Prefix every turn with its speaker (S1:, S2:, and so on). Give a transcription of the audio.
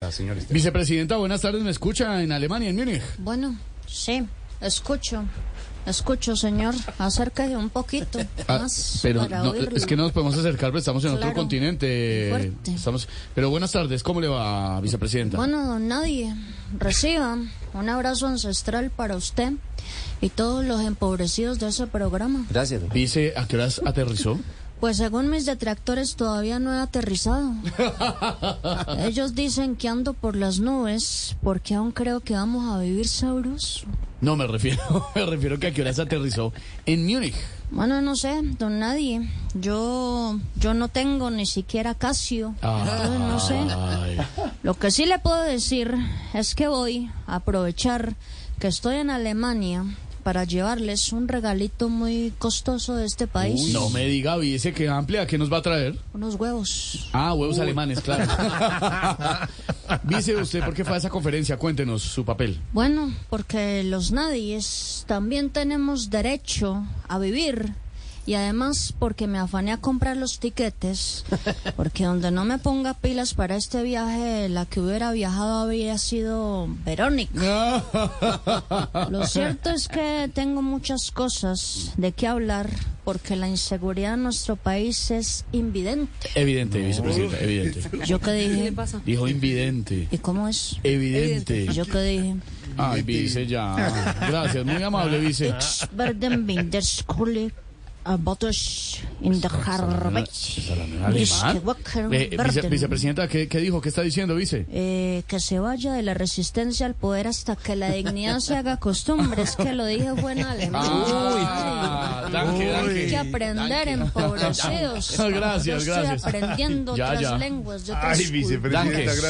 S1: Ah, señor Esteban.
S2: Vicepresidenta, buenas tardes. ¿Me escucha en Alemania, en Múnich?
S3: Bueno, sí, escucho. Escucho, señor. Acérquese un poquito
S2: Ah,
S3: más
S2: pero
S3: para
S2: no,
S3: oírlo.
S2: es que no nos podemos acercar, pero estamos en otro
S3: Claro.
S2: continente.
S3: Fuerte.
S2: Estamos, pero buenas tardes. ¿Cómo le va, vicepresidenta?
S3: Bueno, don Nadie, reciba un abrazo ancestral para usted y todos los empobrecidos de ese programa.
S1: Gracias, don.
S2: Dice, ¿a qué horas aterrizó?
S3: Pues según mis detractores todavía no he aterrizado. Ellos dicen que ando por las nubes porque aún creo que vamos a vivir sabroso.
S2: No, me refiero, me refiero que a qué horas aterrizó en Múnich.
S3: Bueno, no sé, don Nadie. Yo, yo no tengo ni siquiera Casio.
S2: Ah.
S3: Entonces Ah, no sé.
S2: Ay.
S3: Lo que sí le puedo decir es que voy a aprovechar que estoy en Alemania para llevarles un regalito muy costoso de este país.
S2: Uy, no me diga, dice que amplia, ¿qué nos va a traer?
S3: Unos huevos.
S2: Ah, huevos alemanes, claro. Vice, ¿usted por qué fue a esa conferencia? Cuéntenos su papel.
S3: Bueno, porque los nadies también tenemos derecho a vivir. Y además porque me afané a comprar los tiquetes, porque donde no me ponga pilas para este viaje, la que hubiera viajado habría sido Verónica.
S2: Ah.
S3: Lo cierto es que tengo muchas cosas de qué hablar, porque la inseguridad en nuestro país es invidente.
S2: Evidente, vicepresidenta, evidente.
S3: Yo que dije,
S2: Dijo invidente.
S3: ¿y cómo es?
S2: Evidente.
S3: Yo que dije,
S2: Ay, vice, ya. Gracias, muy amable, vice.
S3: Ah, werden bin der Schule Abotos eh, in der
S2: Ah,
S3: Arbeit.
S2: ¿Alemán? Eh, vice- vicepresidenta, ¿qué, qué dijo? ¿Qué está diciendo, vice?
S3: Eh, que se vaya de la resistencia al poder hasta que la dignidad se haga costumbre. Es que lo dije fue en alemán.
S2: Ah,
S3: Sí.
S2: danke, danke.
S3: Hay que aprender, empobrecidos.
S2: Gracias,
S3: Yo
S2: gracias.
S3: Estoy aprendiendo
S2: Ya,
S3: otras
S2: ya.
S3: lenguas. de otras
S4: Ay,
S3: culturas.
S4: vicepresidenta,
S2: Danke.
S4: gracias.